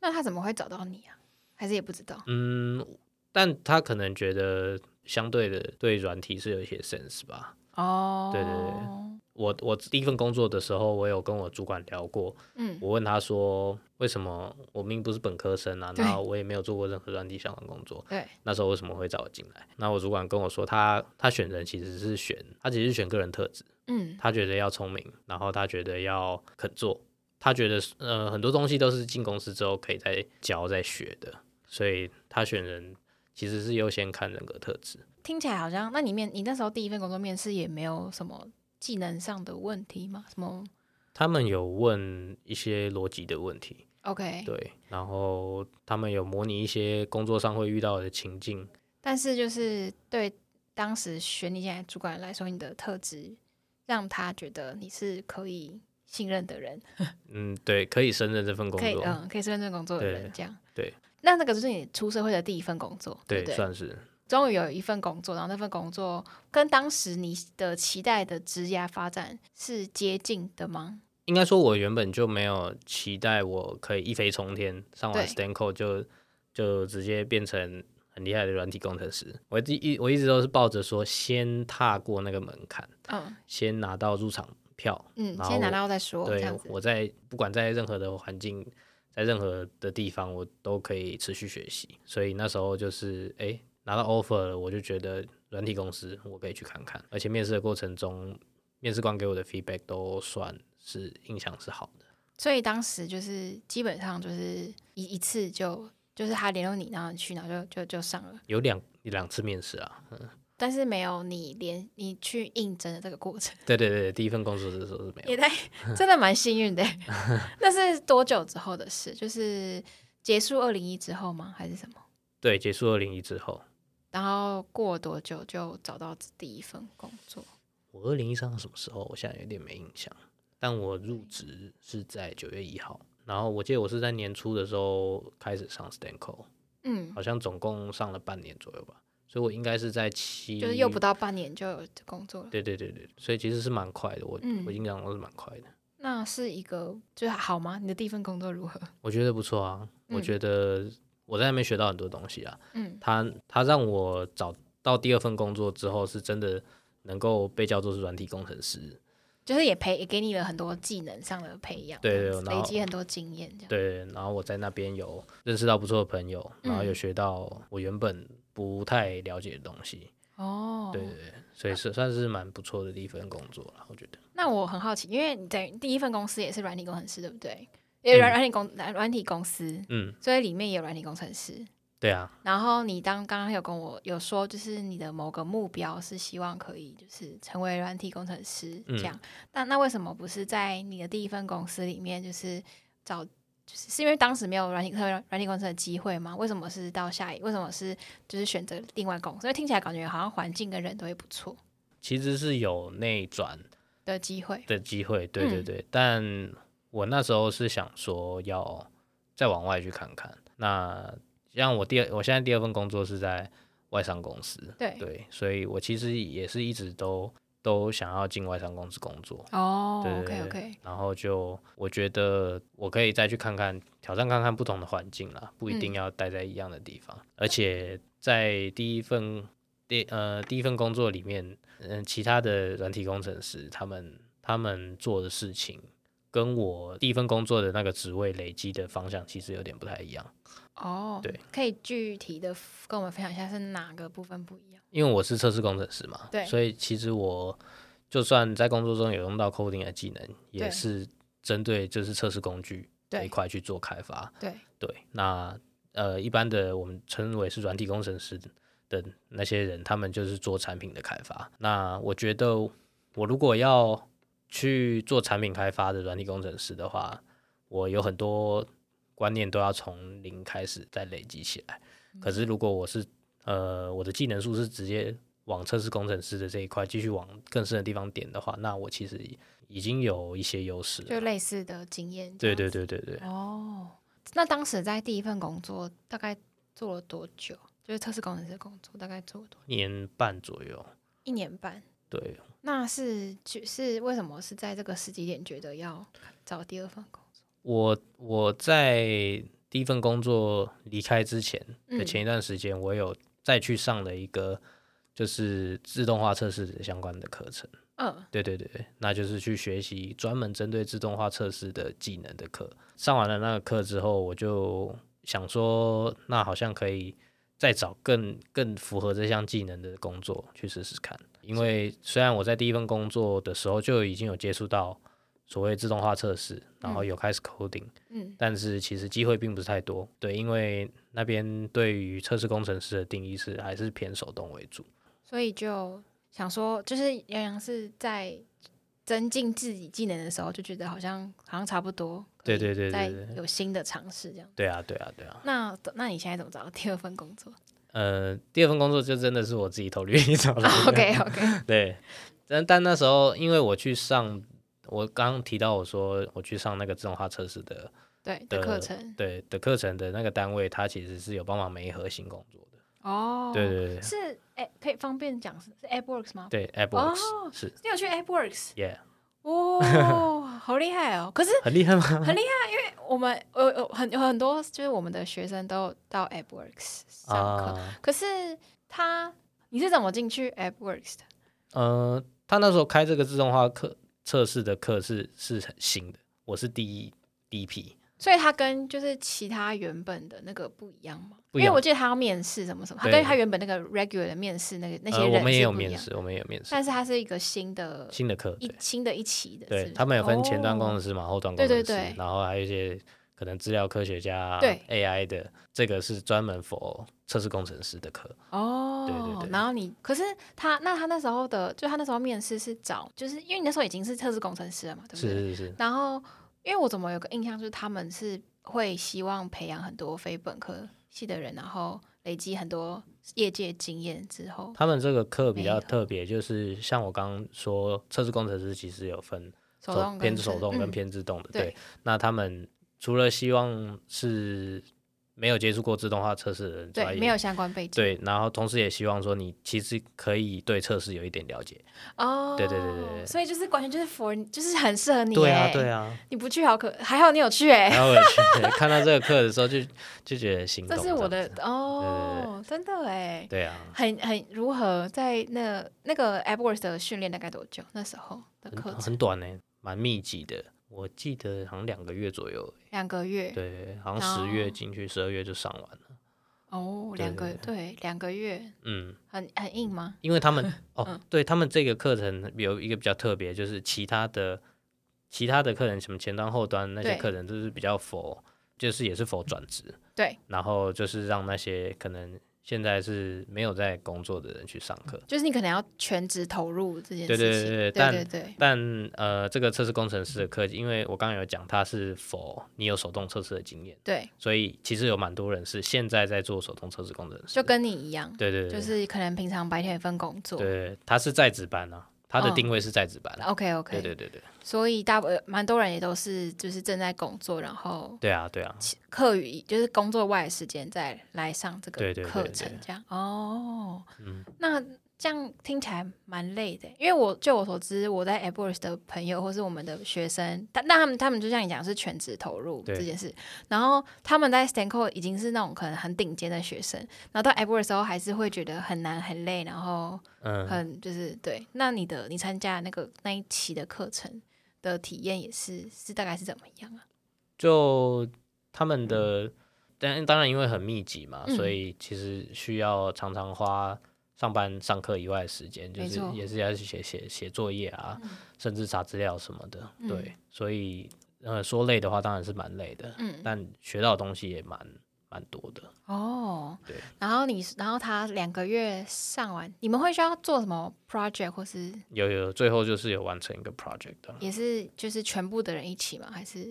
那他怎么会找到你啊？还是也不知道？
嗯，但他可能觉得相对的对软体是有一些 sense 吧。
哦，
对对
对，
我我第一份工作的时候，我有跟我主管聊过，
嗯，
我问他说为什么我明明不是本科生啊，
对
然后我也没有做过任何软体相关工作，
对，
那时候为什么会找我进来？那我主管跟我说他，他选人其实是选他其实是选个人特质，
嗯，
他觉得要聪明，然后他觉得要肯做，他觉得呃很多东西都是进公司之后可以再教再学的，所以他选人其实是优先看人格特质。
听起来好像，那你面你那时候第一份工作面试也没有什么技能上的问题吗？什么
他们有问一些逻辑的问题，
？OK，
对，然后他们有模拟一些工作上会遇到的情境，
但是就是对当时选你进来主管来说，你的特质让他觉得你是可以信任的人，
嗯，对，可以胜任这份工
可以
作，
嗯，可以胜任工作的人
对
这样。
对。
那那个就是你出社会的第一份工作，对不
对，
对？
算是
终于有一份工作，然后那份工作跟当时你的期待的职涯发展是接近的吗？
应该说，我原本就没有期待我可以一飞冲天，上完
对
Stanco 就就直接变成很厉害的软体工程师。我一一我一直都是抱着说，先踏过那个门槛，
嗯
先拿到入场票，
嗯，
然后
先拿到再说，这
对
样子。
我在不管在任何的环境，在任何的地方，我都可以持续学习。所以那时候就是哎、诶拿到 offer 了，我就觉得软体公司我可以去看看，而且面试的过程中，面试官给我的 feedback 都算是印象是好的。
所以当时就是基本上就是一一次就就是他联络你，然后你去，然后就就就上了，
有两两次面试啊，
但是没有你连你去应征的这个过程，
对对对，第一份工作的时候是没有，
也太真的蛮幸 运的。那是多久之后的事？就是结束二零一之后吗？还是什么？
对，结束二零一之后，
然后过多久就找到第一份工作？
我二零一上什么时候，我现在有点没印象，但我入职是在九月一号，然后我记得我是在年初的时候开始上 Stanco，
嗯，
好像总共上了半年左右吧，所以我应该是在七，
就是又不，到半年就有工作了。
对对对对，所以其实是蛮快的，我、
嗯
我印象中是蛮快的，
那是一个就是好吗？你的第一份工作如何？
我觉得不错啊，我
嗯
觉得我在那边学到很多东西啊，
嗯，
他他让我找到第二份工作之后，是真的能够被叫做是软体工程师。
就是也培也给你了很多技能上的培养，
对
这样
对
子
然后
累积很多经验这样。
对，然后我在那边有认识到不错的朋友，然后有
嗯
学到我原本不太了解的东西。
哦，
对对对，所以是算是蛮不错的一份工作了，我觉得。
那我很好奇，因为你在第一份公司也是软体工程师，对不对？因为软软体公软软体公司，
嗯，
所以里面也有软体工程师。
对啊，
然后你当刚刚有跟我有说，就是你的某个目标是希望可以就是成为软体工程师
嗯
这样，那那为什么不是在你的第一份公司里面就是找？就是是因为当时没有软体软体工程的机会吗？为什么是到下一？为什么是就是选择另外公司？因为听起来感觉好像环境跟人都也不错
其实是有内转
的机会。
的机会，对对
嗯
对，但我那时候是想说要再往外去看看。那像我第二，我现在第二份工作是在外商公司，
对
对，所以我其实也是一直都都想要进外商公司工作，
哦
对对
，OK
对
OK，
然后就我觉得我可以再去看看，挑战看看不同的环境啦，不一定
嗯
要待在一样的地方，而且在第一份。第呃第一份工作里面，嗯、其他的软体工程师他们他们做的事情，跟我第一份工作的那个职位累积的方向其实有点不太一样。
哦，
对，
可以具体的跟我们分享一下是哪个部分不一样？
因为我是测试工程师嘛，
对
所以其实我就算在工作中有用到 coding 的技能，
对
也是针对就是测试工具这一
对
块去做开发。
对，
对，那呃，一般的我们称为是软体工程师的那些人，他们就是做产品的开发。那我觉得，我如果要去做产品开发的软体工程师的话，我有很多观念都要从零开始再累积起来。可是如果我是呃，我的技能数是直接往测试工程师的这一块继续往更深的地方点的话，那我其实已经有一些优势了。
就类似的经验。
对对。对对对，
哦，那当时在第一份工作大概做了多久？就是测试工程师的工作，大概做了多
年半左右。
一年半。
对，
那是就是为什么是在这个时机点觉得要找第二份工作？
我我在第一份工作离开之前的
嗯
前一段时间，我有再去上了一个就是自动化测试的相关的课程。
嗯
对对对，那就是去学习专门针对自动化测试的技能的课。上完了那个课之后，我就想说，那好像可以再找更更符合这项技能的工作去试试看。因为虽然我在第一份工作的时候就已经有接触到所谓自动化测试，然后有开始 coding，、
嗯
但是其实机会并不是太多。对，因为那边对于测试工程师的定义是还是偏手动为主。
所以就想说，就是杨洋是在增进自己技能的时候，就觉得好像好像差不多，可以
对对对对
再
对
有新的尝试这样。
对啊，对啊，对啊。
那那你现在怎么找到第二份工 作
呃，第二份工作就真的是我自己投履历找 的。
哦？OK OK，
对，但但那时候因为我去上，我刚刚提到我说我去上那个自动化测试的，
对的
的
课程
对的课程的那个单位，它其实是有帮忙媒合新工作的。
哦，
对对对
是哎，可以方便讲是是 AppWorks 吗？
对 a p p l e
哦
是
你有去 AppWorks？
，Yeah，
哦，好厉害哦！可是
很厉 害吗？
我们呃呃很有很多就是我们的学生都到 AppWorks 上课，
啊，
可是他你是怎么进去 AppWorks 的？
呃，他那时候开这个自动化课测试的课是是很新的，我是第一第一批。
所以他跟就是其他原本的那个不一样吗？
不
因
一
为
样
我记得他要面试什么什么，他
对
跟他原本那个 regular 的面试那个那些
呃，
人、
我们也有面，试，我们也有面试
但是他是一个新的
新的课，
一
对。
新的一期的，是
对
不是
他们有分前端工程
哦
师嘛，后端工
对
程
对
师，
对
然后还有一些可能资料科学家、
对
AI 的，这个是专门 for 测试工程师的课。
哦，
对对对
然后你可是他那他那时候的，就他那时候面试是找，就是因为你那时候已经是测试工程师了嘛，对不对？
是是是，
然后因为我怎么有个印象，就是他们是会希望培养很多非本科系的人，然后累积很多业界经验之后，
他们这个课比较
没错
特别，就是像我刚刚说，测试工程师其实有分
手动跟
偏
自
手动跟
嗯
偏自动的。
对
对，那他们除了希望是没有接触过自动化测试的人之外，
对没有相关背景，
对，然后同时也希望说你其实可以对测试有一点了解。
哦，
对对对对对
所以就是完全就是 for 就是很适合你，
对啊，对，啊。
你不去好可还好你有去哎、
然后我去看到这个课的时候就，就觉得心动。
这是我的
样子
哦，真的哎、
对啊，
很很如何在那那个 AppWorks 的训练大概多久？那时候的课
很
程
很短呢、蛮密集的。我记得好像两个月左右，
两个月
对，好
然
像
后
十月进去，十二月就上完了。
哦，
对
两个
对
对两个月
嗯，
很很硬吗？
因为 他们哦，
嗯
对他们这个课程有一个比较特别，就是其他的其他的课程，什么前端、后端那些
对
课程，就是比较否，就是也是否转职，
对，
然后就是让那些可能现在是没有在工作的人去上课。
就是你可能要全职投入这件事
对对
情，
对对
对
但
对对
但呃，这个测试工程师的课，因为我刚刚有讲，它是否你有手动测试的经验，
对
所以其实有蛮多人是现在在做手动测试工程师，
就跟你一样，
对对
就
对，
是可能平常白天有份工作
对，他是在职班啊，他的
嗯
定位是在职班、啊
，OK OK，
对对对对，
所以大部呃蛮多人也都是就是正在工作，然后
对啊对啊，
课余就是工作外的时间再来上这个
对对对
课
对
程，这样哦。
嗯
那这样听起来蛮累的，因为我就我所知，我在 AppWorks 的朋友或是我们的学生，但那他们他们就像你讲是全职投入
对
这件事，然后他们在 Stanco 已经是那种可能很顶尖的学生，然后到 AppWorks 的时候还是会觉得很难很累，然后
嗯，
很就是对。那你的你参加那个那一期的课程的体验也是是大概是怎么样啊？
就他们的，但当然因为很密集嘛，
嗯
所以其实需要常常花。上班、上课以外的时间，就
没
是
错
也是要去写写写作业啊，甚至查资料什么的。
嗯
对，所以呃，说累的话当然是蛮累的，
嗯，
但学到的东西也蛮蛮多的。
哦，
对，
然后你然后他两个月上完，你们会需要做什么 project 或是
有有，最后就是有完成一个 project 的
也是就是全部的人一起吗？还是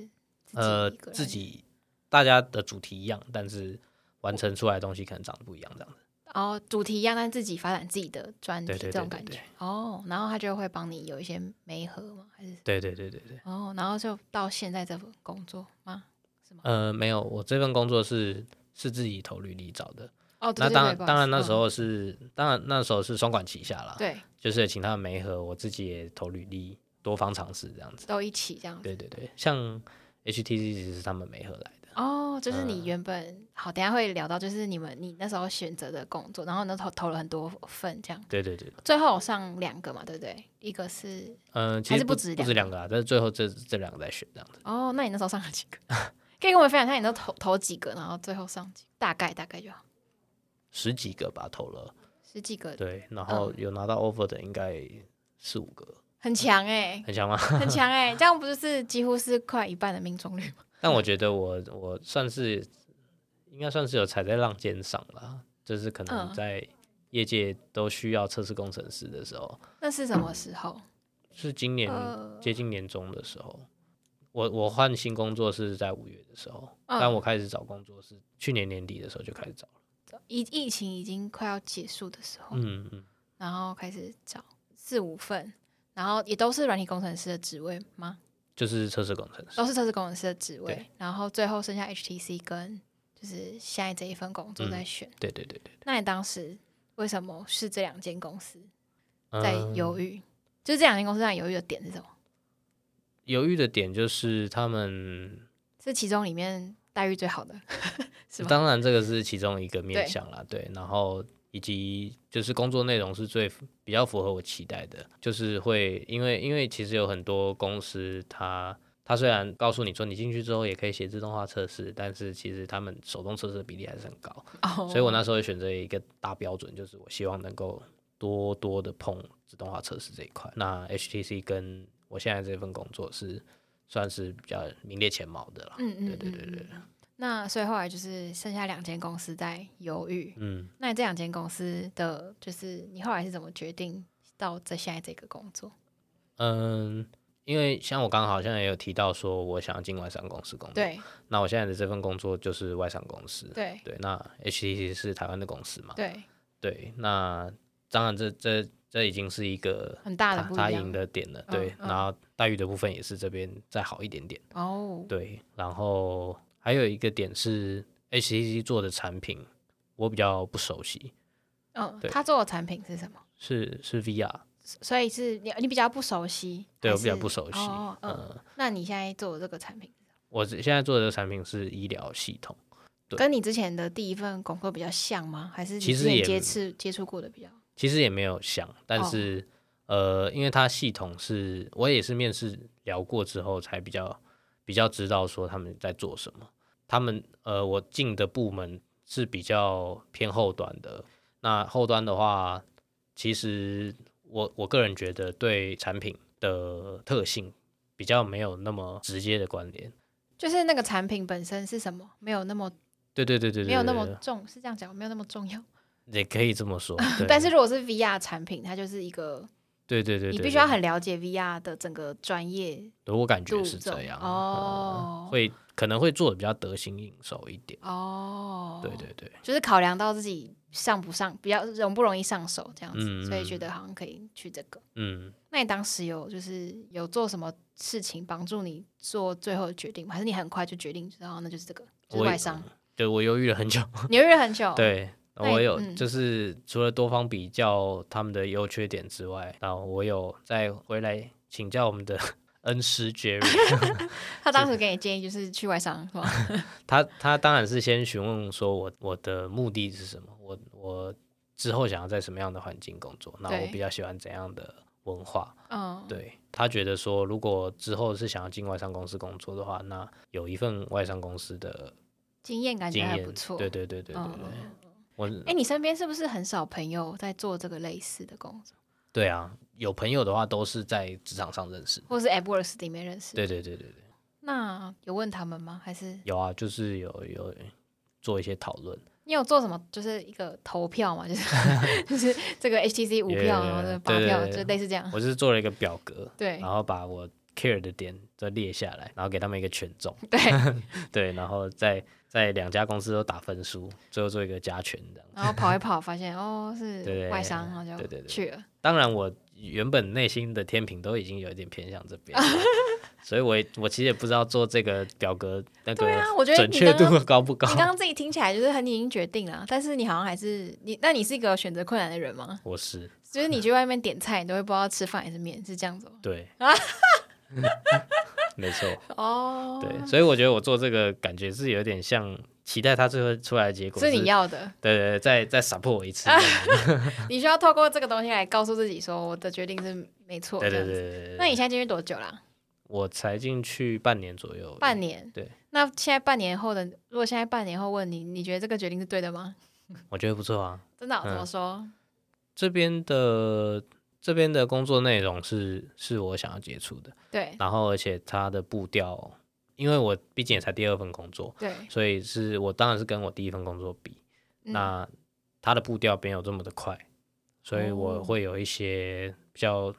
自己
呃
一个，人
自己大家的主题一样，但是完成出来的东西可能长得不一样，这样子。
哦，主题一样，但自己发展自己的专题
对对
这
对
种
对
感觉
对
哦。然后他就会帮你有一些媒合吗？还是
对对对对对。
哦，然后就到现在这份工作吗？
呃，没有，我这份工作是是自己投履历找的，
哦，对
那
对
当
对
然
不好
当
意
然
思
那
嗯
时候是，当然那时候是双管齐下啦，
对
就是请他们媒合，我自己也投履历，多方尝试这样子。
都一起这样子。
对对对，像 HTC 其实是他们媒合来的，
哦，就是
嗯
你原本、好，等一下会聊到，就是你们你那时候选择的工作，然后呢投投了很多份这样，
对对对，
最后有上两个嘛，对不对？一个是
嗯、其
还
实
是
不
不止
不
两
止两个啊，但是最后这这两个在选这样子。
哦，那你那时候上了几 个？可以跟我们分享一下你都投投几个，然后最后上几个，大概大概就好，
十几个吧，投了，
十几个，
对，然
嗯
后有拿到 offer 的应该四五个，
很强 哎、
很强吗？
很强哎、这样不就是几乎是快一半的命中率 吗？
但我觉得我我算是应该算是有踩在浪尖上了，就是可能
嗯
在业界都需要测试工程师的时候，
那是什么时候？
是今年
呃
接近年终的时候。我我换新工作是在五月的时候，
嗯
但我开始找工作是去年年底的时候就开始找了。
疫疫情已经快要结束的时候，
嗯嗯，
然后开始找四五份，然后也都是软体工程师的职位吗？
就是测试工程师。
都是测试工程师的职位
对，
然后最后剩下 HTC 跟就是现在这一份工作在选。
对对对对，
那你当时为什么是这两间公司
嗯
在犹豫？就是这两间公司让你犹豫的点是什么？
犹豫的点就是他们
是其中里面待遇最好的，是吗
当然，这个是其中一个面
对
向啦，对。然后以及就是工作内容是最符比较符合我期待的，就是会因为因为其实有很多公司它。它虽然告诉你说你进去之后也可以写自动化测试，但是其实他们手动测试的比例还是很高，
哦
所以我那时候选择一个大标准，就是我希望能够多多的碰自动化测试这一块。那 HTC 跟我现在这份工作是算是比较名列前茅的啦。
嗯嗯，
对对对
嗯
对，
嗯那所以后来就是剩下两间公司在犹豫，
嗯。
那你这两间公司的，就是你后来是怎么决定到这现在这个工作？
嗯，因为像我刚刚好像也有提到说，我想要进外商公司工作。，
对
那我现在的这份工作就是外商公司。
对
那 HTC 是台湾的公司嘛？
对，
对，那当然这这这已经是一个
很大
他
的不一
他赢
样
的点了。
嗯
对，
嗯
然后待遇的部分也是这边再好一点点。
哦。
对，然后还有一个点是 HTC 做的产品我比较不熟悉，
嗯，
对
他做的产品是什么？
是是 VR，
所以是你你比较不熟悉，
对
还
我比较
啊是
不熟悉。
哦，嗯，
嗯，
那你现在做的这个产品，
我现在做的产品是医疗系统。对
跟你之前的第一份工作比较像吗？还是你
其
之
实
前
也
接触接触过的比较？
其实也没有想，但
哦
是、呃，因为它系统是我也是面试聊过之后才比较比较知道说他们在做什么。他们呃，我进的部门是比较偏后端的。那后端的话，其实我我个人觉得对产品的特性比较没有那么直接的关联。
就是那个产品本身是什么，没有那么
对对对对对，
没有那
对
么
对
重，是这样讲，没有那么重要。
也可以这么说。对
但是如果是 VR 产品，它就是一个
对对对，
你
对
必须
对
要很了解 VR 的整个专业
对我感觉
度
是这
种
样嗯
哦
会可能会做的比较得心应手一点。
哦，
嗯对，对对，
就是考量到自己上不上，比较容不容易上手这样子，
嗯
所以
嗯
觉得好像可以去这个。
嗯，
那你当时有就是有做什么事情帮助你做最后的决定吗？还是你很快就决定，然后那就是这个，就是
我也
外 商？
对我犹豫了很久，
你犹豫很久，，
对。
那
我
也
有
嗯
就是除了多方比较他们的优缺点之外，然后我有再回来请教我们的 恩 师 Jerry，
他当时给你建议就是去外商 是吗？
他他当然是先询问说我我的目的是什么，我我之后想要在什么样的环境工作，那我
对
比较喜欢怎样的文化，
嗯，
对他觉得说，如果之后是想要进外商公司工作的话，那有一份外商公司的
经验感觉
经
还
验，
不错，
对对对对对
嗯
对，
嗯嗯
我
哎、你身边是不是很少朋友在做这个类似的工作，
对啊，有朋友的话都是在职场上认识的。
或是 AppWorks 里面认识？
对对对对对，
那有问他们吗？还是
有啊，就是有有做一些讨论，
你有做什么？就是一个投票嘛，就是 就是 这个 HTC 五
Yeah,
票，然后这个八
对对
票，
对
就类似这样。
我是做了一个表格，
嗯 对
然后把我 care 的点都列下来，然后给他们一个权重，
对，嗯
对，然后再在两家公司都打分数，最后做一个加权这样。
然后跑一跑，发现哦是
对
外商，然后
对
就
对对
去了。
当然，我原本内心的天平都已经有一点偏向这 边了，所以我也我其实也不知道做这个表格那个
对啊我觉得
准
你
确
刚
度
刚
高不高
你。刚刚自己听起来就是很你已经决定了，但是你好像还是你，那你是一个选择困难的人吗？
我是
就是你去外面点菜，你都会不知道吃饭还是面，是这样子吗？
对， 没 错，
哦，
对，所以我觉得我做这个感觉是有点像期待它最后出来的结果
是你要 啊的，
对对对，再再撒破我一次。
你需要透过这个东西来告诉自己说，我的决定是没错。
对对
这
对
样子
对对
那
对，
你现在进去多久啦？
我才进去半年左右，
半年。
对。
那现在半年后的，如果现在半年后问你，你觉得这个决定是对的吗？
我觉得不错啊。
真的哦、
嗯
怎么说？
这边的这边的工作内容是是我想要接触的，
对
然后而且它的步调，因为我毕竟也才第二份工作，
对，
所以是我当然是跟我第一份工作比，
嗯
那它的步调没有这么的快，所以
哦
我会有一些比较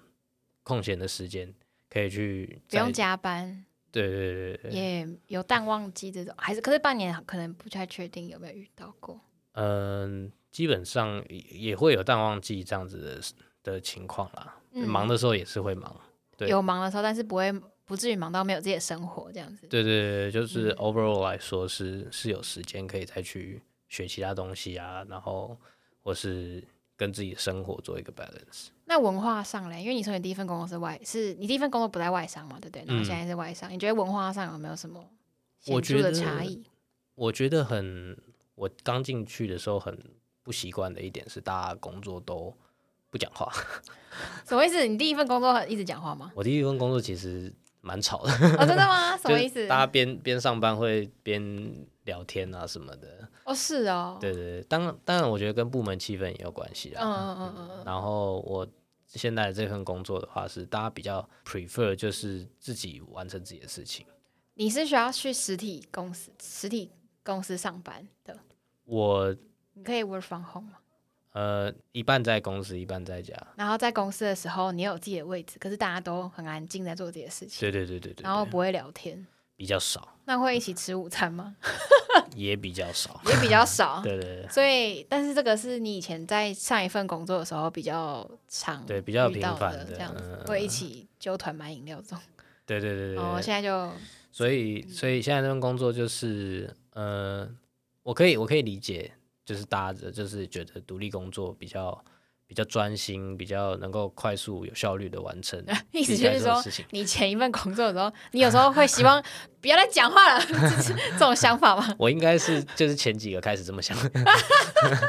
空闲的时间可以去
不用
在，
加班，
对对对对对，
也有淡旺季这种，还是可是半年可能不太确定有没有遇到过。
嗯、基本上也也会有淡旺季这样子的的情况啦，
嗯
忙的时候也是会忙。对
有忙的时候，但是不会不至于忙到没有自己的生活这样子。
对对对，就是
嗯
overall 来说是是有时间可以再去学其他东西啊，然后或是跟自己的生活做一个 balance。
那文化上嘞，因为你说你第一份工作是外，是你第一份工作不在外商嘛，对不对？然后
嗯
现在是外商，你觉得文化上有没有什么显
我
著的
觉得
差异？
我觉得很，我刚进去的时候很不习惯的一点是，大家工作都不讲话。？
什么意思？你第一份工作一直讲话吗
我第一份工作其实蛮吵的，
哦，真的吗？什
就
么
是
意思
大？家边边上班会边聊天啊什么的。
哦，是哦，
对对对，当然当然，我觉得跟部门气氛也有关系
嗯嗯
啊。
嗯嗯嗯，
然后我现在这份工作的话，是大家比较 prefer 就是自己完成自己的事情。
你是需要去实体公司、实体公司上班的，
我
你可以 work from home 吗？
呃一半在公司，一半在家。
然后在公司的时候，你有自己的位置，可是大家都很安静在做自己的事情，
对对对对对，
然后
对
不会聊天。
比较少，
那会一起吃午餐 吗？
也比较少。
也比较少。
对对对
所以，但是这个是你以前在上一份工作的时候比较常
对比较
遇到
频繁
的
的
这样
嗯
子
嗯，
会一起揪团买饮料这种。
对对对对
然后
对。
哦现在就
所以所以现在这份工作就是呃，我可以我可以理解，就是大家的就是觉得独立工作比较。比较专心，比较能够快速有效率的完成
意思
自己
就
该
是
做的
说
事情，
你前一份工作的时候，你有时候会希 望不要再讲话了， 这是这种想法吗？
我应该是就是前几个开始这么想，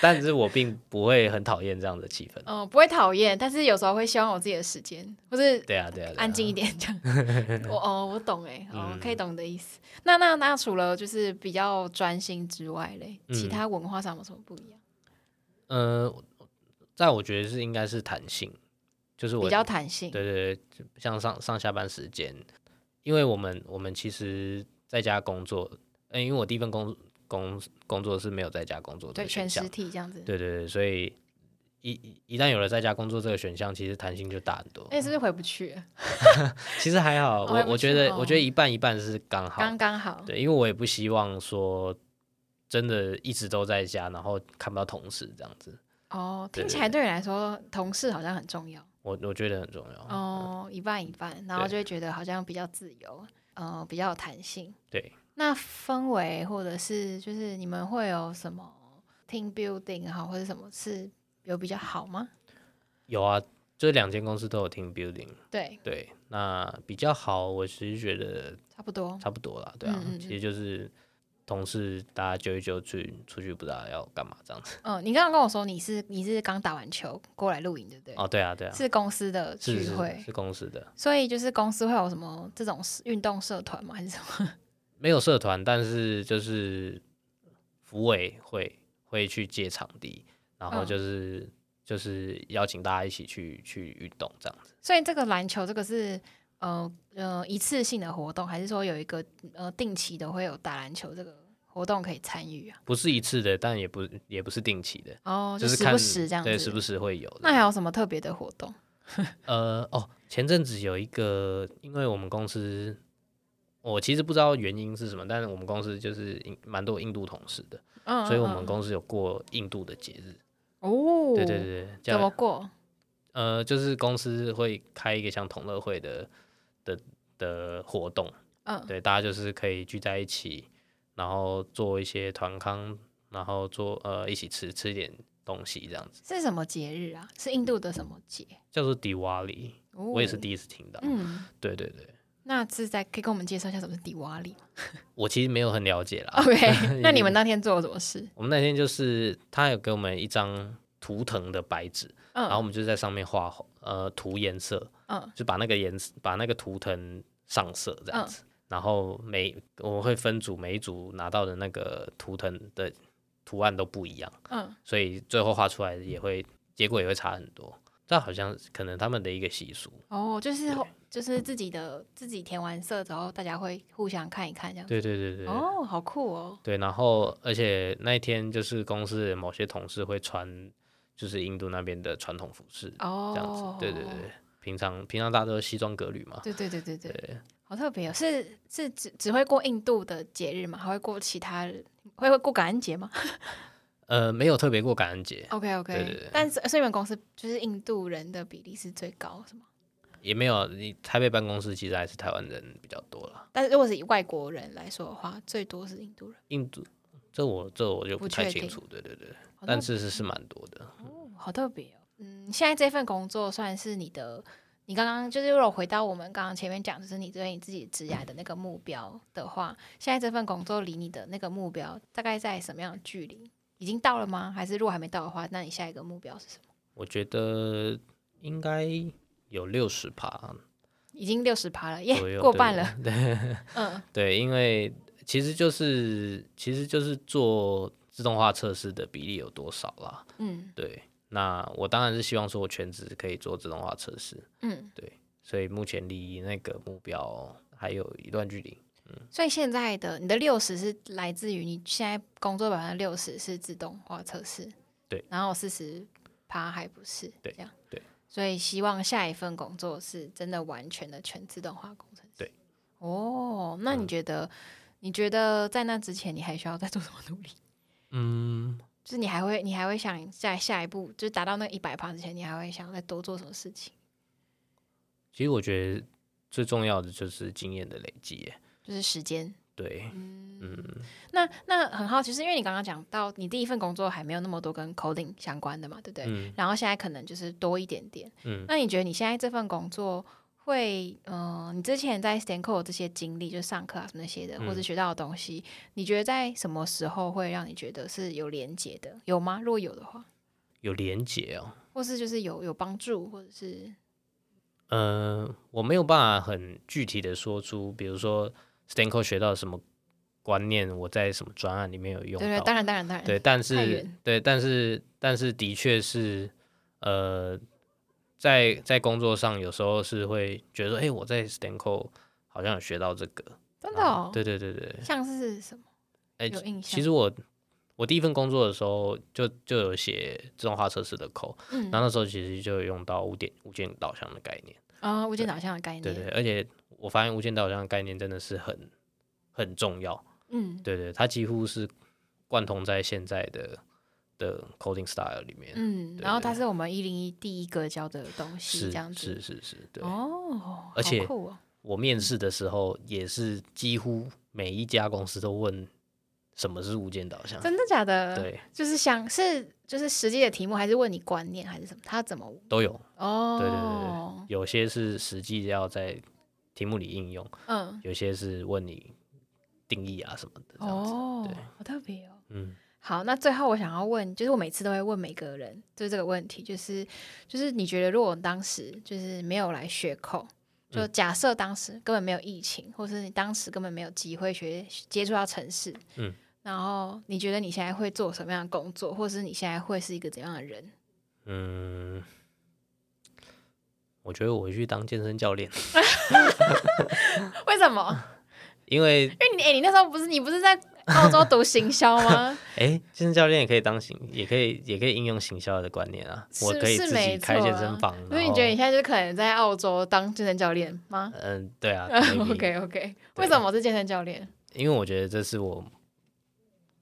但是我并不会很讨厌这样的气氛。啊
嗯，不会讨厌，但是有时候会希望我自己的时间，或是
对啊，对啊，对啊
安静一点这样。 我哦，我懂哎，哦
嗯，
可以懂你的意思。那那那除了就是比较专心之外嘞，
嗯
其他文化上有什么不一样？
呃，在我觉得是应该是弹性，就是我
比较弹性。
对对对，就像上上下班时间，因为我们我们其实在家工作，呃，因为我第一份工工工作是没有在家工作
对，
的
全
选项
实，体这样子。
对对对，所以一一一旦有了在家工作这个选项，其实弹性就大很多。
哎、是不是回不去？
其实还好，
哦还
我
不
我觉
错
得
哦
我觉得一半一半是刚好，
刚刚好。
对，因为我也不希望说真的一直都在家，然后看不到同事这样子，
哦，
对
听
对
起来对你来说，同事好像很重要。
我我觉得很重要。
哦，一半一半，然后就会觉得好像比较自由，呃，比较有弹性。
对，
那氛围或者是就是你们会有什么 team building 好，或者什么是有比较好吗？
有啊，这两间公司都有 team building，
对，
对，那比较好，我其实觉得
差不多。
差不多啦，对啊，
嗯嗯嗯
其实就是同事大家揪一揪去出去，不知道要干嘛这样子。
嗯，你刚刚跟我说你是你是刚打完球过来露营，对不对？
哦，对啊，对啊，
是公司的
是
聚
是
会，
是公司的，
所以就是公司会有什么这种运动社团吗？还是什么？
没有社团，但是就是服委会会去借场地，然后
嗯
就是、就是邀请大家一起去去运动这样子。
所以这个篮球这个是呃呃一次性的活动，还是说有一个呃定期的会有打篮球这个活动可以参与啊？
不是一次的，但也不也不是定期的，
哦，
就是
时
看
不时这样子。
对，时不时会有的。
那还有什么特别的活动？
呃哦，前阵子有一个，因为我们公司，我其实不知道原因是什么，但是我们公司就是印蛮多印度同事的，
嗯，
所以我们
嗯
公司有过印度的节日。
嗯哦，
对对对，
怎么
叫
过？
呃，就是公司会开一个像同乐会的的的活动，
嗯，
对，大家就是可以聚在一起，然后做一些团康，然后做呃一起吃吃一点东西这样子，
是什么节日啊？是印度的什么节？
叫做迪瓦里，
哦
我也是第一次听到。
嗯，
对对对，
那是在可以跟我们介绍一下什么是迪瓦里吗
我其实没有很了解
哦
啦。
？OK，那你们当天做了什么事？
我们那天就是他有给我们一张图腾的白纸，然后我
嗯
们就在上面画呃涂颜色，
嗯
就把那个颜色把那个图腾上色这样子。然后每我们会分组，每一组拿到的那个图腾的图案都不一样，
嗯，
所以最后画出来也会结果也会差很多。这好像是可能他们的一个习俗，
哦，就是
对
就是自己的自己填完色之后，大家会互相看一看这样子。
对对对对对
哦，好酷哦！
对，然后而且那一天就是公司的某些同事会穿，就是印度那边的传统服饰
哦，
这样子。对对对，平常平常大家都是西装革履嘛。
对对对对对，
对，
好特别哦！是是只只会过印度的节日吗？还会过其他？会会过感恩 节吗
呃，没有特别过感恩节，
？OK OK，
对对对
但是所以你们公司就是印度人的比例是最高是吗？
也没有你台北办公室其实还是台湾人比较多啦。
但是如果是以外国人来说的话，最多是印度人。
印度这我这我就
不
不太
确
清
定哦
楚，对对对，
好
但
特
是是是蛮多的。
哦，好特别哦。嗯，现在这份工作算是你的，你刚刚就是如果回到我们刚刚前面讲，就是你对你自己职涯的那个目标的话，现在这份工作离你的那个目标大概在什么样的距离？已经到了吗？还是如果还没到的话，那你下一个目标是什么？
我觉得应该有六十趴
已经六十趴了，耶
左右，
过
对哦
半了。
对
嗯
对，因为其实就是其实就是做自动化测试的比例有多少啦。
嗯
对，那我当然是希望说我全职可以做自动化测试，
嗯。
所以目前离那个目标还有一段距离。
所以现在的你的六十是来自于你现在工作百分之六十是自动化测试，
对，
然后四十趴还不是，
对
这样
对。
所以希望下一份工作是真的完全的全自动化工程师。
对。嗯
哦，那你觉得？你觉得在那之前，你还需要再做什么努力？
嗯，
就是你还会，你还会想在下一步，就是达到那一百趴之前，你还会想再多做什么事情？
其实我觉得最重要的就是经验的累积耶。
就是时间。
对，
嗯，
嗯，
那那很好奇，是因为你刚刚讲到你第一份工作还没有那么多跟 coding 相关的嘛，对不对？
嗯
然后现在可能就是多一点点。
嗯
那你觉得你现在这份工作会，嗯、你之前在 Stanco 这些经历，就上课啊什么那些的，
嗯
或者学到的东西，你觉得在什么时候会让你觉得是有连结的？有吗？如果有的话，
有连结哦。
或是就是有有帮助，或者是
呃，我没有办法很具体的说出，比如说 Stanco 学到什么观念，我在什么专案里面有
对
用
对，
到。
当然当然当然，
对，但
太
是
远
对，但是但是的确是，呃，在在工作上有时候是会觉得，哎、我在 Stanco 好像有学到这个，
真的
然
哦
后，对对对对，
像是什么
哎、
有印象？
其实我我第一份工作的时候就就有写自动化测试的口，
嗯
然后那时候其实就有用到五点物件导向的概念，
啊，物件导向的概念，
对对，而且我发现物件导向的概念真的是很很重要，
嗯，
对对，它几乎是贯通在现在的的 coding style 里面，
嗯，
对
然后
对
它是我们一零一第一个教的东西，
是
这样子
是。是是，对。
哦，好
而且
酷哦
我面试的时候也是几乎每一家公司都问什么是物件导向，
真的假的？，
嗯对，
就是想是就是实际的题目，还是问你观念，还是什么？他怎么
都有，
哦？
有些是实际要在题目里应用，
嗯，
有些是问你定义啊什么的这样子，
哦
对，
好特别哦。
嗯
好，那最后我想要问，就是我每次都会问每个人，就是这个问题，就是就是你觉得如果我当时就是没有来学口，就
嗯
假设当时根本没有疫情，或是你当时根本没有机会学接触到城市，
嗯，
然后你觉得你现在会做什么样的工作，或是你现在会是一个怎样的人？
嗯，我觉得我会去当健身教练，
为什么？
因为
因为你哎、你那时候不是你不是在澳洲读行销 吗？
哎、健身教练也可以当行，也可以也可以应用行销的观念啊，
是
我可以
是
自己
没
开
错
健
啊
身房，
所以
然
你觉得你
后
现在就可能在澳洲当健身教练吗
嗯，对啊 maybe
？OK OK，为什么是健身教练？
因为我觉得这是我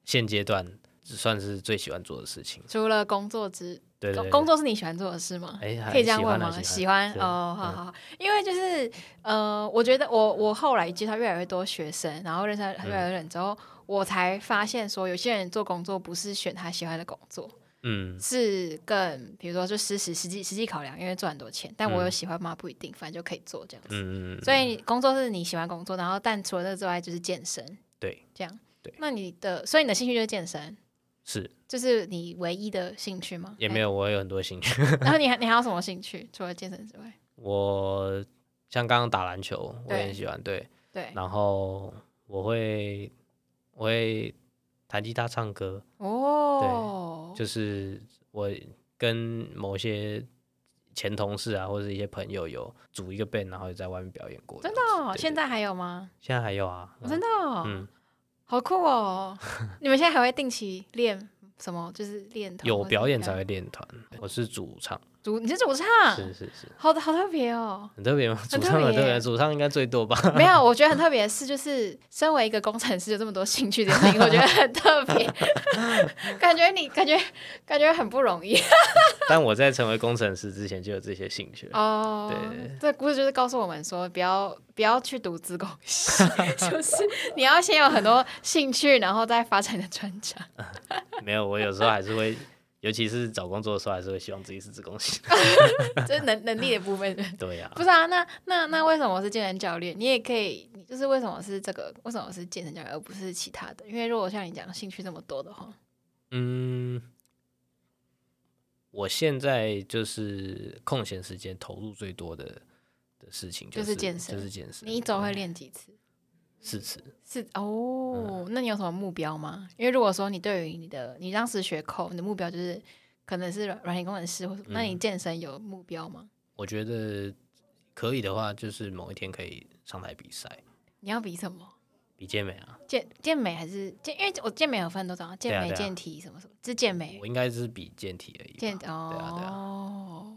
现阶段算是最喜欢做的事情。
除了工作之
对对
工
对，
工作是你喜欢做的事吗？
哎还
可以这样问
喜欢啊
吗？
喜
喜
欢
欢
是
哦，好好，好因为就是呃，我觉得我我后来接触越来越多学生，然后认识越来越多人之后，我才发现说，有些人做工作不是选他喜欢的工作，
嗯
是更比如说就实实实际实际考量，因为赚很多钱，但我有
嗯
喜欢吗？不一定，反正就可以做这样子。
嗯嗯，
所以工作是你喜欢工作，然后但除了这之外就是健身
对
这样。
对
那你的所以你的兴趣就是健身，
是
这是你唯一的兴趣吗？
也没
有。
有，我有很多兴趣。
然后你还你还有什么兴趣？除了健身之外，
我像刚刚打篮球，我也
对
很喜欢，对。
对
然后我会我会弹吉他、唱歌，
哦，
就是我跟某些前同事啊，或者一些朋友有组一个 band，然后也在外面表演过这
真
样
的
子。
哦、
对
现
对
在还有吗？
现在还有啊，
真的、哦，
嗯，
好酷 哦！你们现在还会定期练什么？就是练团
有
或是
表演才
干
会
嘛
练团，我是主唱，
主，你是主唱，
是是是，。
好好特别哦
很特别吗？主
特
唱很特
别
别，
耶
主唱应该最多吧？
没有，我觉得很特别的是，就是身为一个工程师，有这么多兴趣点，我觉得很特别， 感觉你感觉感觉很不容易。
但我在成为工程师之前就有这些兴趣了。
哦
对，
这故事就是告诉我们说，不要不要去读资工 系，就是你要先有很多兴趣，然后再发展你的专长。
没有，我有时候还是会，尤其是找工作的时候，还是会希望自己是自贡系。
这是能能力的部分。
对呀、
不是啊，那那那为什么是健身教练？你也可以，你就是为什么是这个？为什么是健身教练而不是其他的？因为如果像你讲兴趣这么多的话，
嗯，我现在就是空闲时间投入最多的的事情、、
就是是健身
就是健身。嗯
你一周会练几次？
四次？
是哦，那你有什么目标吗？因为如果说你对于你的你当时学扣，你的目标就是可能是软软体工程师或什么，那你健身有目标吗？
我觉得可以的话，就是某一天可以上台比赛，
你要比什么？
比健美啊。
健健美还是健？因为我健美有分多种啊，
对
健
啊
美、
对啊
健体什么什么，是健美
我应该是比健体而已吧。
哎健
对啊对啊，
哦，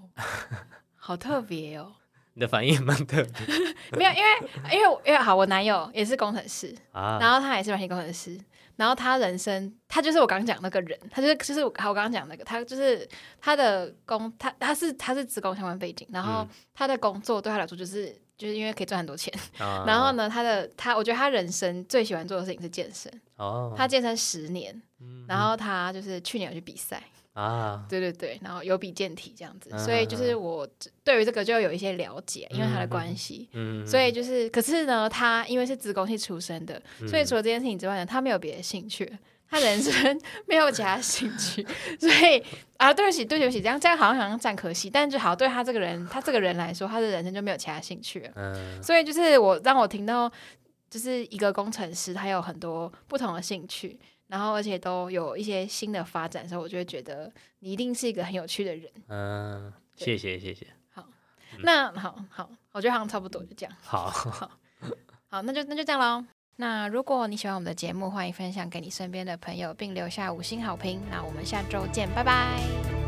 好特别哦。
你的反应也蛮特别
没有，因为因为我因为好，我男友也是工程师，
啊。
然后他也是软件工程师，然后他人生他就是我刚讲那个人，他就是就是我好我刚刚讲那个，他就是他的工他他是他是职工相关背景，然后
嗯
他的工作对他来说就是。就是因为可以赚很多钱，
啊
然后呢，他的他，我觉得他人生最喜欢做的事情是健身。
哦，
他健身十年，
嗯
然后他就是去年有去比赛，
啊，
对对对，然后有比健体这样子，
嗯
所以就是我对于这个就有一些了解，因为他的
嗯
关系。
嗯，
所以就是，可是呢，他因为是子宫系出身的，所以
嗯
除了这件事情之外呢，他没有别的兴趣，他人生没有其他兴趣， 所以啊，对不起，对不起，这样这样好像好像占可惜，但就好对他这个人，他这个人来说，他的人生就没有其他兴趣了。
嗯
所以就是我让我听到，就是一个工程师，他有很多不同的兴趣，然后而且都有一些新的发展的时候，我就会觉得你一定是一个很有趣的人。
嗯，谢
对
谢谢谢，
那好好，我觉得好像差不多就这样。
好，
好，那就那就这样喽。那如果你喜欢我们的节目，欢迎分享给你身边的朋友，并留下五星好评。那我们下周见，拜拜。